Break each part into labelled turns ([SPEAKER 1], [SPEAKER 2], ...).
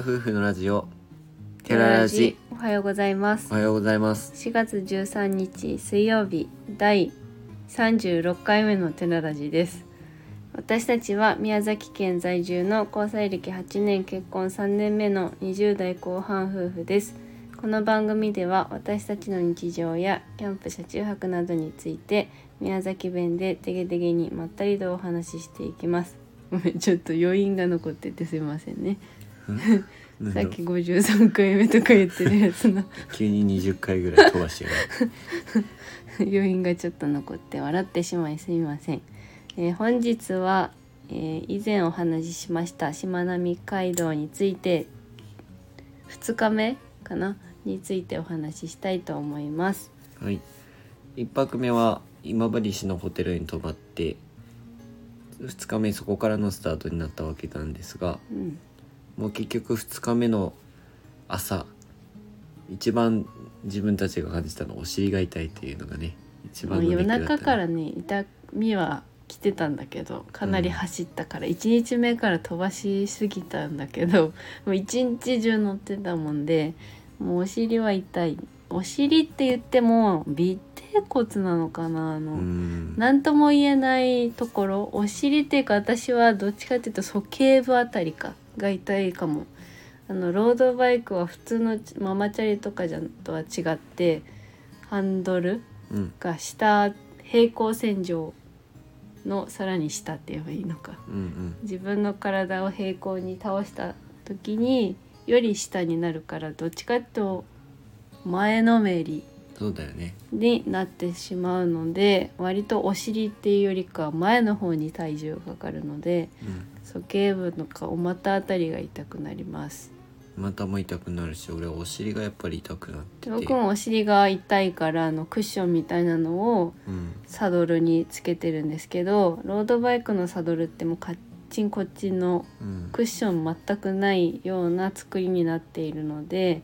[SPEAKER 1] 夫婦のラジオ
[SPEAKER 2] テララジおはようございます
[SPEAKER 1] おはようございます
[SPEAKER 2] 4月13日水曜日第36回目のテララジです私たちは宮崎県在住の交際歴8年結婚3年目の20代後半夫婦ですこの番組では私たちの日常やキャンプ車中泊などについて宮崎弁でてげてげにまったりとお話ししていきますごめんちょっと余韻が残っててすいませんねさっき53回目とか言ってるやつの
[SPEAKER 1] 急に20回ぐらい飛ばしてる
[SPEAKER 2] 余韻がちょっと残って笑ってしまいすみません、えー本日は、えー以前お話ししましたしまなみ海道について2日目かなについてお話ししたいと思います
[SPEAKER 1] はい一泊目は今治市のホテルに泊まって二日目そこからのスタートになったわけなんですが
[SPEAKER 2] うん
[SPEAKER 1] もう結局2日目の朝一番自分たちが感じたのはお尻が痛いっていうのがね一
[SPEAKER 2] も
[SPEAKER 1] 番
[SPEAKER 2] う
[SPEAKER 1] の
[SPEAKER 2] 夜
[SPEAKER 1] ネックだったね
[SPEAKER 2] 中からね痛みは来てたんだけどかなり走ったから、1日目から飛ばしすぎたんだけど もう一日中乗ってたもんでもうお尻は痛いお尻って言っても尾底骨なのかなあの、
[SPEAKER 1] うん
[SPEAKER 2] なんとも言えないところお尻っていうか私はどっちかっていうと鼠径部あたりかが痛いかもあのロードバイクは普通のママチャリとかじゃとは違ってハンドル
[SPEAKER 1] うん
[SPEAKER 2] が下平行線上のさらに下って言えばいいのか
[SPEAKER 1] うん
[SPEAKER 2] 自分の体を平行に倒した時により下になるからどっちかっていうと前のめり
[SPEAKER 1] うんそうだよね
[SPEAKER 2] になってしまうので割とお尻っていうよりかは前の方に体重がかかるので
[SPEAKER 1] うん
[SPEAKER 2] 鼠径部のかお股あたりが痛くなります
[SPEAKER 1] またも痛くなるし俺はお尻がやっぱり痛くなってて
[SPEAKER 2] 僕もお尻が痛いからあのクッションみたいなのを
[SPEAKER 1] うん
[SPEAKER 2] サドルにつけてるんですけどロードバイクのサドルってもうカッチンコッチンの
[SPEAKER 1] うん
[SPEAKER 2] クッション全くないような作りになっているので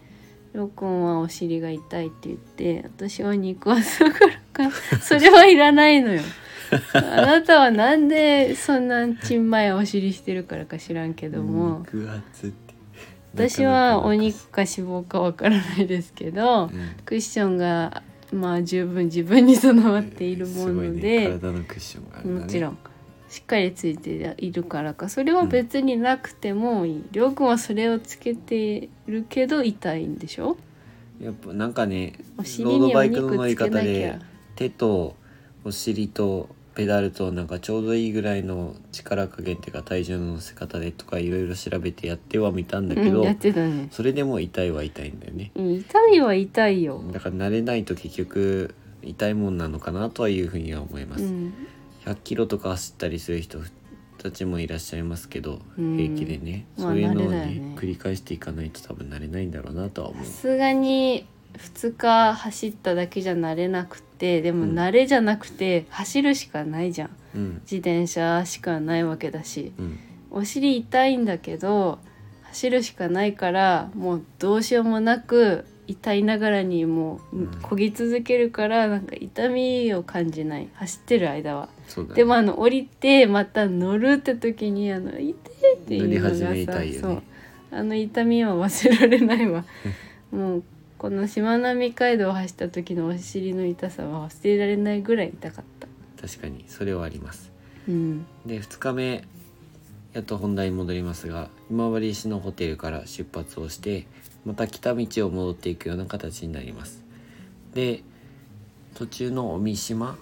[SPEAKER 2] りょうくんはお尻が痛いって言って私は肉厚だか らかそれはいらないのよ。あなたはなんでそんなんちんまいお尻してるからか知らんけども
[SPEAKER 1] 肉厚って
[SPEAKER 2] 私は
[SPEAKER 1] な
[SPEAKER 2] お
[SPEAKER 1] かなか
[SPEAKER 2] 肉か脂肪かわからないですけ
[SPEAKER 1] う
[SPEAKER 2] ど
[SPEAKER 1] ん
[SPEAKER 2] クッションがまあ十分自分に備わっているも
[SPEAKER 1] すごい
[SPEAKER 2] ので。
[SPEAKER 1] ね、体のクッションがあるだね
[SPEAKER 2] もちろんしっかりついているからかそれは別になくてもいい、りょうくんはそれをつけてるけど痛いんでしょ
[SPEAKER 1] やっぱなんかね
[SPEAKER 2] お
[SPEAKER 1] ロ
[SPEAKER 2] 尻
[SPEAKER 1] ード
[SPEAKER 2] にお
[SPEAKER 1] バイクの乗
[SPEAKER 2] 肉つ
[SPEAKER 1] り
[SPEAKER 2] けな
[SPEAKER 1] 方
[SPEAKER 2] き
[SPEAKER 1] で
[SPEAKER 2] ゃ
[SPEAKER 1] 手とお尻とペダルとなんかちょうどいいぐらいの力加減っていうか体重の乗せ方でとかいろいろ調べてやってはみたんだけ
[SPEAKER 2] う
[SPEAKER 1] ど、
[SPEAKER 2] ん、やってたね
[SPEAKER 1] それでも痛いは痛いんだよね
[SPEAKER 2] うん痛いは痛いよ、
[SPEAKER 1] だから慣れないと結局痛いもんなのかなとはいうふうには思います、
[SPEAKER 2] うん、
[SPEAKER 1] 100キロとか走ったりする人たちもいらっしゃいますけど、
[SPEAKER 2] うん
[SPEAKER 1] 平気でね、
[SPEAKER 2] まあ
[SPEAKER 1] そういうのを
[SPEAKER 2] 慣れだよ
[SPEAKER 1] ね
[SPEAKER 2] ね
[SPEAKER 1] 繰り返していかないと多分慣れないんだろうなとは思
[SPEAKER 2] さ
[SPEAKER 1] う
[SPEAKER 2] すがに2日走っただけじゃ慣れなくてでも
[SPEAKER 1] うん
[SPEAKER 2] 慣れじゃなくて走るしかないじゃん
[SPEAKER 1] うん
[SPEAKER 2] 自転車しかないわけだし
[SPEAKER 1] うん
[SPEAKER 2] お尻痛いんだけど走るしかないからもうどうしようもなく痛いながらにもう
[SPEAKER 1] うん
[SPEAKER 2] 漕ぎ続けるからなんか痛みを感じない走ってる間は。
[SPEAKER 1] そうだね
[SPEAKER 2] でもあの降りてまた乗るって時にあの痛いっていうのがさ
[SPEAKER 1] 乗り始め痛いよね
[SPEAKER 2] そうあの痛みは忘れられな いわもうこのしまなみ海道を走った時のお尻の痛さは忘れられないぐらい痛かった。
[SPEAKER 1] 確かにそれはあります
[SPEAKER 2] うん、
[SPEAKER 1] で2日目やっと本題に戻りますが今治市のホテルから出発をしてまた来た道を戻っていくような形になりますで途中の尾身島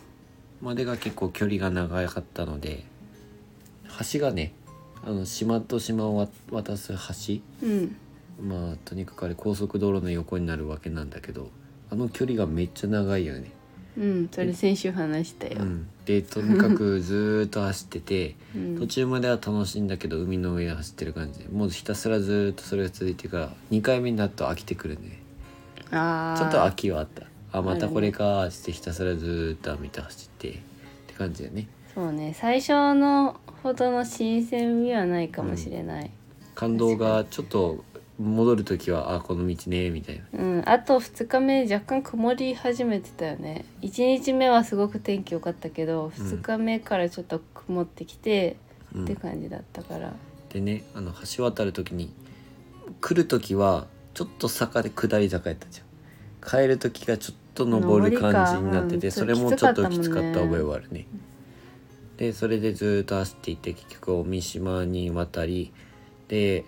[SPEAKER 1] までが結構距離が長かったので橋がねあの島と島を渡す橋
[SPEAKER 2] うん、
[SPEAKER 1] まあとにかくあれ高速道路の横になるわけなんだけどあの距離がめっちゃ長いよね
[SPEAKER 2] うん、それ先週話したよ。
[SPEAKER 1] うん、でとにかくずーっと走ってて
[SPEAKER 2] うん
[SPEAKER 1] 途中までは楽しいんだけど海の上走ってる感じでもうひたすらずーっとそれが続いてから2回目になると飽きてくるね
[SPEAKER 2] あー
[SPEAKER 1] ちょっと飽きはあったあま
[SPEAKER 2] ある
[SPEAKER 1] た
[SPEAKER 2] ね
[SPEAKER 1] これかーっつってひたすらずーっと見て走ってって感じだね
[SPEAKER 2] そうね最初のほどの新鮮味はないかもしれない、
[SPEAKER 1] 感動がちょっと戻る時はあこの道ねみたいな
[SPEAKER 2] うんあと2日目若干曇り始めてたよね1日目はすごく天気良かったけど
[SPEAKER 1] うん
[SPEAKER 2] 2日目からちょっと曇ってきて、
[SPEAKER 1] うん
[SPEAKER 2] って感じだったから
[SPEAKER 1] でねあの橋渡る時に来る時はちょっと坂で下り坂やったじゃん帰る時がちょっと登る感じになってて、
[SPEAKER 2] 登りかうん
[SPEAKER 1] それもちょっときつかった覚えはあるねでそれでずっと走っていって結局大三島に渡りで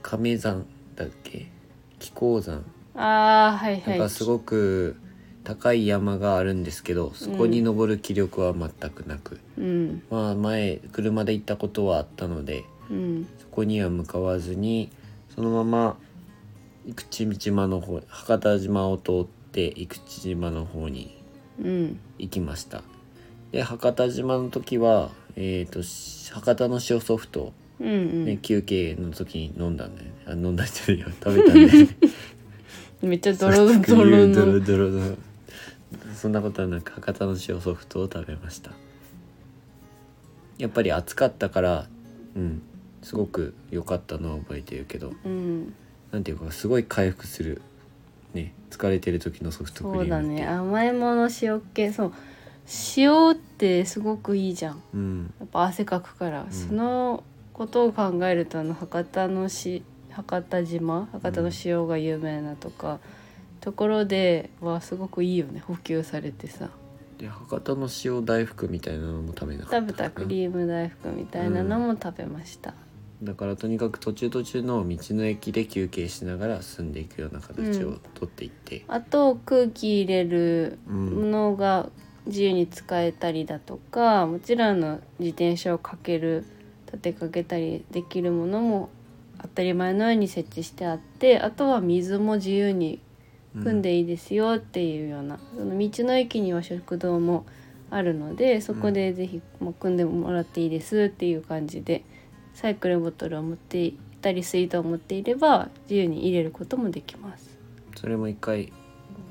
[SPEAKER 1] 亀山だっけ紀行山
[SPEAKER 2] ああはい
[SPEAKER 1] な
[SPEAKER 2] は
[SPEAKER 1] ん
[SPEAKER 2] い
[SPEAKER 1] かすごく高い山があるんですけどそこに登る気力は全くなく、
[SPEAKER 2] うん
[SPEAKER 1] まあ前車で行ったことはあったので
[SPEAKER 2] うん
[SPEAKER 1] そこには向かわずにそのまま生口島の方博多島を通って生口島の方に
[SPEAKER 2] うん
[SPEAKER 1] 行きましたで博多島の時は、えー、とし博多の塩ソフトを
[SPEAKER 2] うん
[SPEAKER 1] ね、休憩の時に飲んだんだよねあ飲んだんじゃないよ食べたんだよね
[SPEAKER 2] うんめっちゃドロ ド
[SPEAKER 1] ド
[SPEAKER 2] ロ
[SPEAKER 1] ロドロ
[SPEAKER 2] の
[SPEAKER 1] ドロの そんなことはなく博多の塩ソフトを食べましたやっぱり暑かったからうんすごく良かったのは覚えてるけど
[SPEAKER 2] うん
[SPEAKER 1] なんていうかすごい回復するね疲れてる時のソフトク
[SPEAKER 2] そ
[SPEAKER 1] リーム
[SPEAKER 2] うだ
[SPEAKER 1] って
[SPEAKER 2] ね甘いもの塩っ気そう塩ってすごくいいじゃん
[SPEAKER 1] うん
[SPEAKER 2] やっぱ汗かくから、
[SPEAKER 1] ん
[SPEAKER 2] そのことを考えるとあの博多のし博多島博多の塩が有名なとか、ところではすごくいいよね補給されてさ
[SPEAKER 1] で博多の塩大福みたいなのも食べなかった
[SPEAKER 2] 食べたクリーム大福みたいなのも食べました、
[SPEAKER 1] だからとにかく途中途中の道の駅で休憩しながら進んでいくような形
[SPEAKER 2] う
[SPEAKER 1] を
[SPEAKER 2] ん
[SPEAKER 1] とっていって、
[SPEAKER 2] あと空気入れる
[SPEAKER 1] うん
[SPEAKER 2] ものが自由に使えたりだとかもちろんあの自転車をかける立てかけたりできるものも当たり前のように設置してあってあとは水も自由に
[SPEAKER 1] うん
[SPEAKER 2] 組んでいいですよっていうような、その道の駅には食堂もあるのでそこでぜひ、もう組んでもらっていいですっていう感じでサイクルボトルを持っていたり水筒を持っていれば自由に入れることもできます。
[SPEAKER 1] それも1回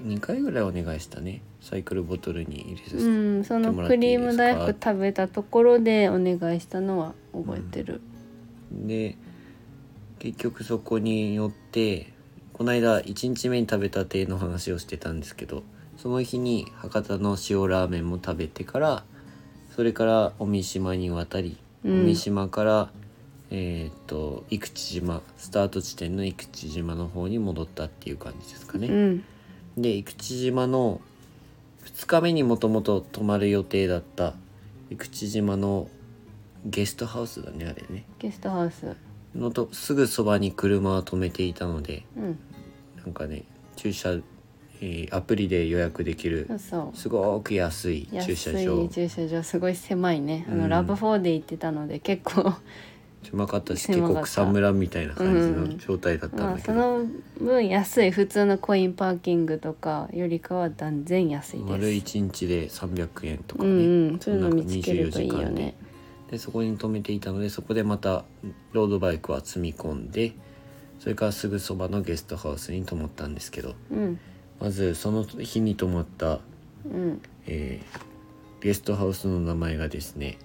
[SPEAKER 1] 2回ぐらいお願いしたねサイクルボトルに入れさせて、
[SPEAKER 2] うん、そのクリーム大福食べたところでお願いしたのは覚えてる。
[SPEAKER 1] で結局そこに寄ってこの間1日目に食べたての話をしてたんですけどその日に博多の塩ラーメンも食べてからそれから尾身島に渡り、
[SPEAKER 2] うん
[SPEAKER 1] 尾身島からえーっと生口島スタート地点の生口島の方に戻ったっていう感じですか
[SPEAKER 2] う
[SPEAKER 1] ね。
[SPEAKER 2] ん、
[SPEAKER 1] で生口島の2日目にもともと泊まる予定だった生口島のゲストハウスだねあれね
[SPEAKER 2] ゲストハウス。
[SPEAKER 1] のとすぐそばに車は止めていたので
[SPEAKER 2] うん、
[SPEAKER 1] なんかね駐車、えーアプリで予約できる
[SPEAKER 2] そうそう。
[SPEAKER 1] すごく安い
[SPEAKER 2] 安
[SPEAKER 1] 駐車場
[SPEAKER 2] い駐車場すごい狭いね。あの、
[SPEAKER 1] うん
[SPEAKER 2] ラブフォーで行ってたので結構
[SPEAKER 1] 狭かったし
[SPEAKER 2] 狭
[SPEAKER 1] 結
[SPEAKER 2] かった
[SPEAKER 1] 構草むらみたいな感じ
[SPEAKER 2] うん
[SPEAKER 1] の状態だった
[SPEAKER 2] ま
[SPEAKER 1] ん
[SPEAKER 2] あ
[SPEAKER 1] だけ
[SPEAKER 2] そ
[SPEAKER 1] ど、
[SPEAKER 2] の分安い普通のコインパーキングとかよりかは断然安いです。
[SPEAKER 1] 丸1日で300円とか
[SPEAKER 2] う
[SPEAKER 1] ね、
[SPEAKER 2] んうん、そういうの見つけるといいよ
[SPEAKER 1] なんか24時間
[SPEAKER 2] ね
[SPEAKER 1] で。でそこに止めていたのでそこでまたロードバイクは積み込んでそれからすぐそばのゲストハウスに泊まったんですけど
[SPEAKER 2] うん
[SPEAKER 1] まずその日に泊まった、
[SPEAKER 2] うん。
[SPEAKER 1] えーゲストハウスの名前がですね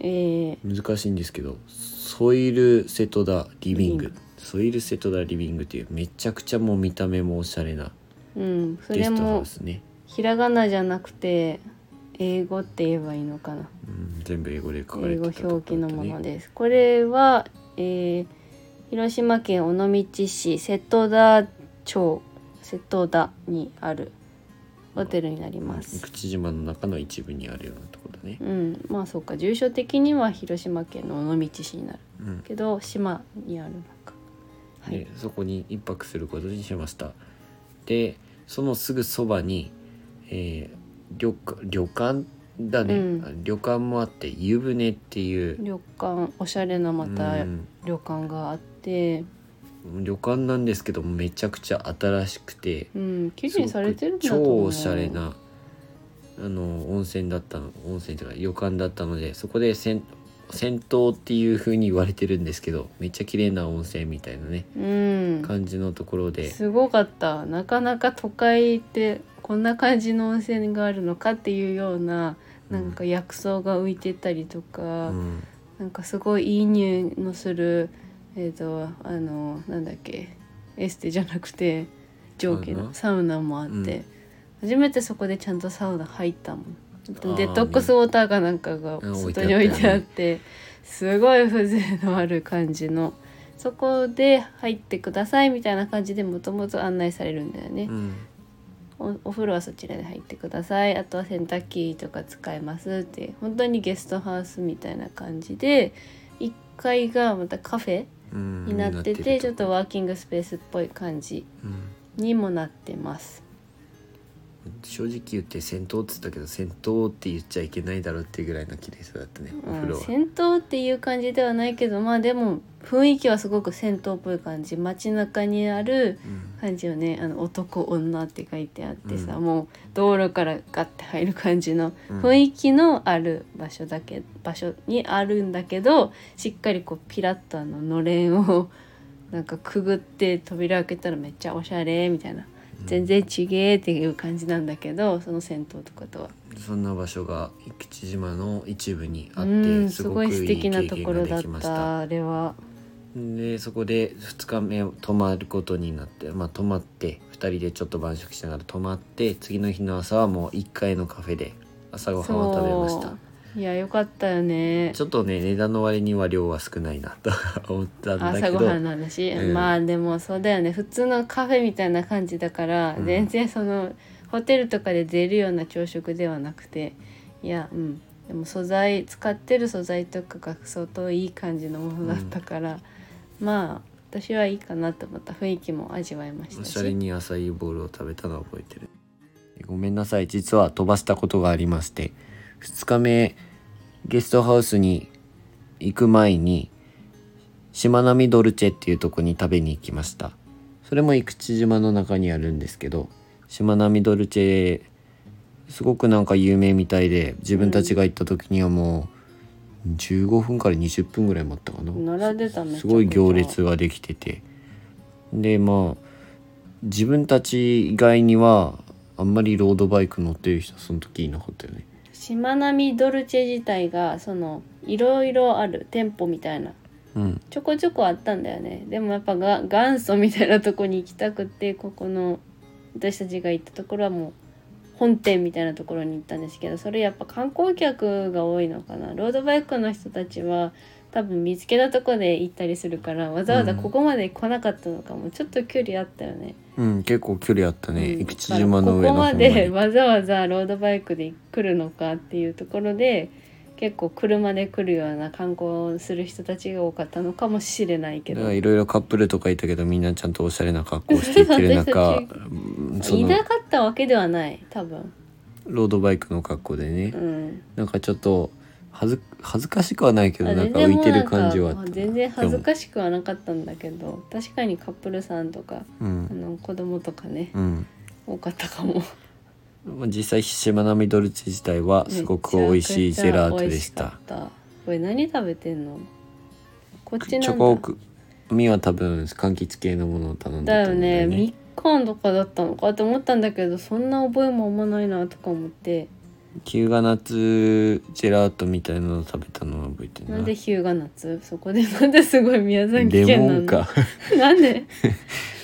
[SPEAKER 2] えー、
[SPEAKER 1] 難しいんですけどソイルセトダリビン
[SPEAKER 2] リ
[SPEAKER 1] グソイルセトダリビングというめちゃくちゃもう見た目もおしゃれな
[SPEAKER 2] うん、そ
[SPEAKER 1] ゲ
[SPEAKER 2] れ
[SPEAKER 1] ストハ
[SPEAKER 2] も
[SPEAKER 1] ウスね、
[SPEAKER 2] ひらがなじゃなくて英語って言えばいいのかな。
[SPEAKER 1] うん、全部英語で書かれて
[SPEAKER 2] 英語
[SPEAKER 1] たとこ
[SPEAKER 2] 表記
[SPEAKER 1] だ
[SPEAKER 2] の
[SPEAKER 1] った
[SPEAKER 2] もの
[SPEAKER 1] ね
[SPEAKER 2] です。これは、えー広島県尾道市瀬戸田町瀬戸田にあるホテルになります。
[SPEAKER 1] 口島の中の一部にあるようなとこだね
[SPEAKER 2] うん、まあそうか住所的には広島県の尾道市になる
[SPEAKER 1] うん
[SPEAKER 2] けど島にあるのかはい、
[SPEAKER 1] でそこに一泊することにしましたでそのすぐそばに、えー旅館旅館だね、
[SPEAKER 2] うん
[SPEAKER 1] あ旅館もあって湯船っていう
[SPEAKER 2] 旅館おしゃれなまた
[SPEAKER 1] うん
[SPEAKER 2] 旅館があって
[SPEAKER 1] 旅館なんですけどめちゃくちゃ新しくて
[SPEAKER 2] うん綺麗にされてるんだ
[SPEAKER 1] す
[SPEAKER 2] と
[SPEAKER 1] ごく
[SPEAKER 2] 思う
[SPEAKER 1] 超おしゃれなあの温泉だったの温泉というか旅館だったのでそこでせん銭湯っていう風に言われてるんですけどめっちゃ綺麗な温泉みたいなね
[SPEAKER 2] うん
[SPEAKER 1] 感じのところです
[SPEAKER 2] ごかったなかなか都会ってこんな感じの温泉があるのかっていうようななんか薬草が浮いてたりとか、
[SPEAKER 1] うん
[SPEAKER 2] なんかすごいいい匂いのするえっ、とあのなんだっけエステじゃなくて上下のサウナもあって、
[SPEAKER 1] うん
[SPEAKER 2] 初めてそこでちゃんとサウナ入ったもん
[SPEAKER 1] ー
[SPEAKER 2] デトックスウォーターかなんかが
[SPEAKER 1] うん
[SPEAKER 2] 外に置いてあ
[SPEAKER 1] 置いてあ
[SPEAKER 2] って
[SPEAKER 1] ったよね
[SPEAKER 2] すごい風情のある感じのそこで入ってくださいみたいな感じでもともと案内されるんだよね
[SPEAKER 1] う、ん
[SPEAKER 2] おお風呂はそちらで入ってくださいあとは洗濯機とか使えますって本当にゲストハウスみたいな感じで1階がまたカフェ
[SPEAKER 1] うん
[SPEAKER 2] になっててちょっと
[SPEAKER 1] は、
[SPEAKER 2] ワーキングスペースっぽい感じ
[SPEAKER 1] うん
[SPEAKER 2] にもなってます
[SPEAKER 1] 正直言って銭湯っつったけど銭湯って言っちゃいけないだろうっていうぐらいの綺麗さだったねお風
[SPEAKER 2] うん
[SPEAKER 1] 呂は、
[SPEAKER 2] 銭湯っていう感じではないけどまあでも雰囲気はすごく銭湯っぽい感じ街中にある
[SPEAKER 1] うん
[SPEAKER 2] 感じよねあの男女って書いてあってさ、
[SPEAKER 1] うん
[SPEAKER 2] もう道路からガッて入る感じの
[SPEAKER 1] うん
[SPEAKER 2] 雰囲気のある場所だけ場所にあるんだけどしっかりこうピラッとあののれんを なんかくぐって扉開けたらめっちゃおしゃれみたいな
[SPEAKER 1] うん
[SPEAKER 2] 全然ちげえっていう感じなんだけどその銭湯とかとは
[SPEAKER 1] そんな場所が口島の一部にあっ
[SPEAKER 2] う
[SPEAKER 1] て
[SPEAKER 2] ん
[SPEAKER 1] す
[SPEAKER 2] す
[SPEAKER 1] ご
[SPEAKER 2] ご
[SPEAKER 1] くい
[SPEAKER 2] い
[SPEAKER 1] い
[SPEAKER 2] 素
[SPEAKER 1] 経
[SPEAKER 2] 敵
[SPEAKER 1] 験が
[SPEAKER 2] な
[SPEAKER 1] で
[SPEAKER 2] ところだっ
[SPEAKER 1] きました
[SPEAKER 2] たあれは
[SPEAKER 1] でそこで2日目泊まることになってまあ泊まって2人でちょっと晩食しながら泊まって次の日の朝はもう1階のカフェで朝ごはんを食べました
[SPEAKER 2] そういやよかったよね
[SPEAKER 1] ちょっとね値段の割には量は少ないなと思ったんだけど
[SPEAKER 2] 朝ごはんの話、
[SPEAKER 1] うん
[SPEAKER 2] まあでもそうだよね普通のカフェみたいな感じだから、
[SPEAKER 1] うん
[SPEAKER 2] 全然そのホテルとかで出るような朝食ではなくていやうんでも素材使ってる素材とかが相当いい感じのものだったから、まあ私はいいかなと思った雰囲気も味わいました
[SPEAKER 1] お
[SPEAKER 2] し
[SPEAKER 1] しゃれに浅いボールを食べたのを覚えてるごめんなさい実は飛ばしたことがありまして2日目ゲストハウスに行く前にしまなみドルチェっていうとこに食べに行きましたそれも生口島の中にあるんですけどしまなみドルチェすごくなんか有名みたいで自分たちが行った時にはもう15分から20分ぐらい待ったかな
[SPEAKER 2] 並んでためちゃくちゃ
[SPEAKER 1] すごい行列ができててでまあ自分たち以外にはあんまりロードバイク乗ってる人はその時いなかったよね
[SPEAKER 2] しまなみドルチェ自体がそのいろいろある店舗みたいな
[SPEAKER 1] うん
[SPEAKER 2] ちょこちょこあったんだよねでもやっぱが元祖みたいなとこに行きたくてここの私たちが行ったところはもう本店みたいなところに行ったんですけどそれやっぱ観光客が多いのかなロードバイクの人たちは多分見つけたとこで行ったりするからわざわざここまで来なかったのかも、ちょっと距離あったよね。
[SPEAKER 1] うん結構距離あったね
[SPEAKER 2] うん
[SPEAKER 1] 生口島の上の方ま
[SPEAKER 2] ここまで
[SPEAKER 1] で
[SPEAKER 2] わざわざロードバイクで来るのかっていうところで結構車で来るような観光をする人たちが多かったのかもしれないけ
[SPEAKER 1] だ
[SPEAKER 2] ど。
[SPEAKER 1] からいろいろカップルとかいたけどみんなちゃんとおしゃれな格好していってる中
[SPEAKER 2] 私た
[SPEAKER 1] うんそ
[SPEAKER 2] い
[SPEAKER 1] の
[SPEAKER 2] なかったわけではない多分
[SPEAKER 1] ロードバイクの格好でね
[SPEAKER 2] うん
[SPEAKER 1] なんかちょっと恥ず恥ずかしくはないけど
[SPEAKER 2] あ
[SPEAKER 1] なん
[SPEAKER 2] 全
[SPEAKER 1] か
[SPEAKER 2] 然
[SPEAKER 1] 浮いう
[SPEAKER 2] も
[SPEAKER 1] て
[SPEAKER 2] な
[SPEAKER 1] る
[SPEAKER 2] んか
[SPEAKER 1] 感じはあったな
[SPEAKER 2] 全然恥ずかしくはなかったんだけど確かにカップルさんとか
[SPEAKER 1] でもうん
[SPEAKER 2] あの子供とかね
[SPEAKER 1] うん
[SPEAKER 2] 多かったかも
[SPEAKER 1] まあ実際しまなみドルチェ自体は すごく美味しいジェラートでし
[SPEAKER 2] め
[SPEAKER 1] た
[SPEAKER 2] ちゃくちゃ美味しかったこれ何食べてんのこっちなんだ
[SPEAKER 1] チョコクミは多分柑橘系のものを頼ん
[SPEAKER 2] だ
[SPEAKER 1] だと思
[SPEAKER 2] よ
[SPEAKER 1] うんだ
[SPEAKER 2] ね
[SPEAKER 1] よね
[SPEAKER 2] みかんとかだったのかって思ったんだけどそんな覚えもあんまないなとか思って
[SPEAKER 1] キューガナッツジェラートみたいなのを食べたのは覚えてるな
[SPEAKER 2] なんで日向夏そこでなんですごい宮崎県
[SPEAKER 1] レ
[SPEAKER 2] なの
[SPEAKER 1] モンか
[SPEAKER 2] なんで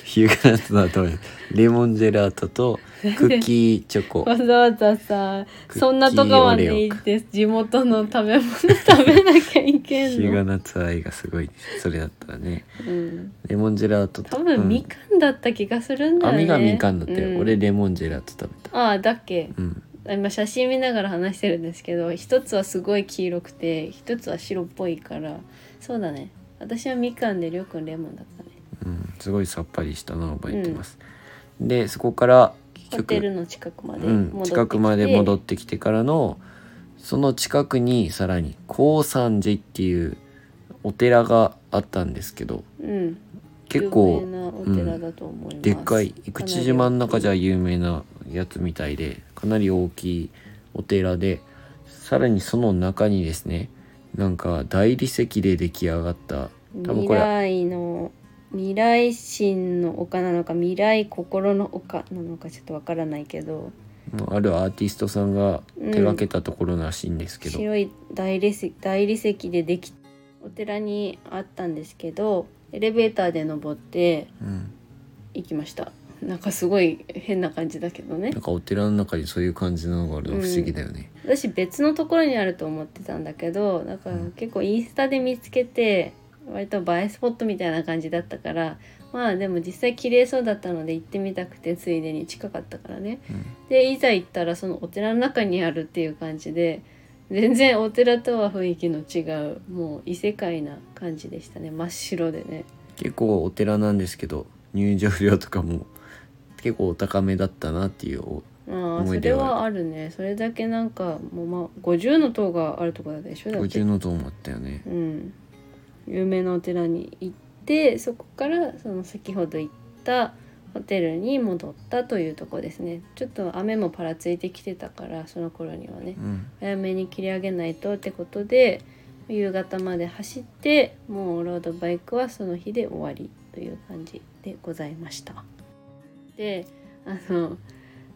[SPEAKER 1] ヒューガナッツだと思うレモンジェラートとクッキーチョコ
[SPEAKER 2] わざわざさ
[SPEAKER 1] クッキー
[SPEAKER 2] そんなとこまで
[SPEAKER 1] オレオ
[SPEAKER 2] 行って地元の食べ物食べなきゃい
[SPEAKER 1] ヒ
[SPEAKER 2] けん
[SPEAKER 1] ューガ
[SPEAKER 2] の、
[SPEAKER 1] ナッツ愛がすごいそれだったらね
[SPEAKER 2] うん、
[SPEAKER 1] レモンジェラートと
[SPEAKER 2] 多分み
[SPEAKER 1] か
[SPEAKER 2] かんだった気がするんだよね、
[SPEAKER 1] 網がみかんだって、
[SPEAKER 2] うん
[SPEAKER 1] 俺レモンジェラート食べた
[SPEAKER 2] ああだっけ
[SPEAKER 1] うん
[SPEAKER 2] 今写真見ながら話してるんですけど一つはすごい黄色くて一つは白っぽいからそうだね私はみかんでりょうくんレモンだったね
[SPEAKER 1] うん、すごいさっぱりしたのを覚えてます、でそこから結
[SPEAKER 2] ホテル
[SPEAKER 1] 局、
[SPEAKER 2] の近くまで
[SPEAKER 1] う
[SPEAKER 2] 戻ってきて、
[SPEAKER 1] ん、近くまで戻ってきてからのその近くにさらに高山寺っていうお寺があったんですけど
[SPEAKER 2] うん
[SPEAKER 1] 結
[SPEAKER 2] 有
[SPEAKER 1] 構
[SPEAKER 2] 名なお寺だと思います、
[SPEAKER 1] でっかい生口島の中じゃ有名なやつみたいでかなり大きいお寺でさらにその中にですねなんか大理石で出来上がった多分
[SPEAKER 2] 未
[SPEAKER 1] これ
[SPEAKER 2] 来の未来心の丘なのか未来心の丘なのかちょっとわからないけど
[SPEAKER 1] あるアーティストさんが手がけたところらしいんですけど、
[SPEAKER 2] 白い大理石大理石でできお寺にあったんですけどエレベーターで登って
[SPEAKER 1] うん
[SPEAKER 2] 行きましたなんかすごい変な感じだけどね
[SPEAKER 1] なんかお寺の中にそういう感じなのがあるの不思議だよね。
[SPEAKER 2] 私別のところにあると思ってたんだけどなんか結構インスタで見つけて割と映えスポットみたいな感じだったからまあでも実際綺麗そうだったので行ってみたくてついでに近かったからね
[SPEAKER 1] うん
[SPEAKER 2] でいざ行ったらそのお寺の中にあるっていう感じで全然お寺とは雰囲気の違うもう異世界な感じでしたね真っ白でね
[SPEAKER 1] 結構お寺なんですけど入場料とかも結構お高めだったなっていうお
[SPEAKER 2] ああ
[SPEAKER 1] 思
[SPEAKER 2] そ
[SPEAKER 1] い
[SPEAKER 2] れ
[SPEAKER 1] 出は
[SPEAKER 2] はあるねそれだけなんかもうまあ50の塔があるとこだったでしょだって
[SPEAKER 1] 50の塔もあったよね
[SPEAKER 2] うん、有名なお寺に行ってそこからその先ほど行ったホテルに戻ったというとこですねちょっと雨もパラついてきてたからその頃にはね
[SPEAKER 1] うん
[SPEAKER 2] 早めに切り上げないとってことで夕方まで走ってもうロードバイクはその日で終わりという感じでございましたであの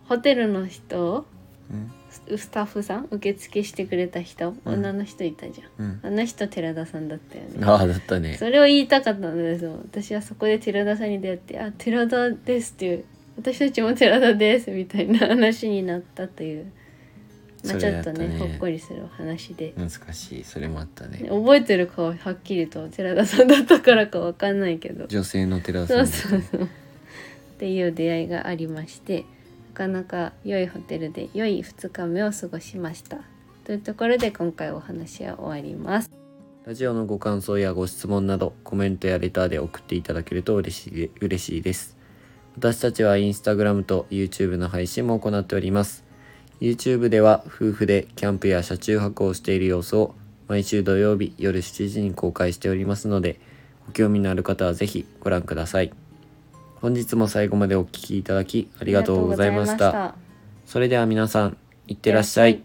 [SPEAKER 2] ホテルの人
[SPEAKER 1] うん
[SPEAKER 2] スタッフさん受付してくれた人、
[SPEAKER 1] うん
[SPEAKER 2] 女の人いたじゃん
[SPEAKER 1] うん
[SPEAKER 2] あの人寺田さんだったよね。
[SPEAKER 1] ああだったね
[SPEAKER 2] それを言いたかったんですよ。私はそこで寺田さんに出会って「あ寺田です」っていう「私たちも寺田です」みたいな話になったという、まあ、
[SPEAKER 1] そ
[SPEAKER 2] ち
[SPEAKER 1] れ
[SPEAKER 2] ょ
[SPEAKER 1] や
[SPEAKER 2] っ
[SPEAKER 1] った
[SPEAKER 2] と
[SPEAKER 1] ね
[SPEAKER 2] ねほっこりするお話で。
[SPEAKER 1] 懐かしいそれもあったね
[SPEAKER 2] 覚えてる顔はっきりと寺田さんだったからかわかんないけど
[SPEAKER 1] 女性の寺
[SPEAKER 2] そ
[SPEAKER 1] さ
[SPEAKER 2] うんそうそう。っていう出会いがありましてなかなか良いホテルで良い2日目を過ごしました。というところで今回お話は終わります。
[SPEAKER 1] ラジオのご感想やご質問などコメントやレターで送っていただけると嬉しいで嬉しいです。私たちはインスタグラムと YouTube の配信も行っております。YouTube では夫婦でキャンプや車中泊をしている様子を毎週土曜日夜7時に公開しておりますのでご興味のある方はぜひご覧ください。本日も最後までお聴きいただきあ
[SPEAKER 2] あ
[SPEAKER 1] りがとうございました。
[SPEAKER 2] りがとうございました
[SPEAKER 1] それでは皆さんいってらっしゃい。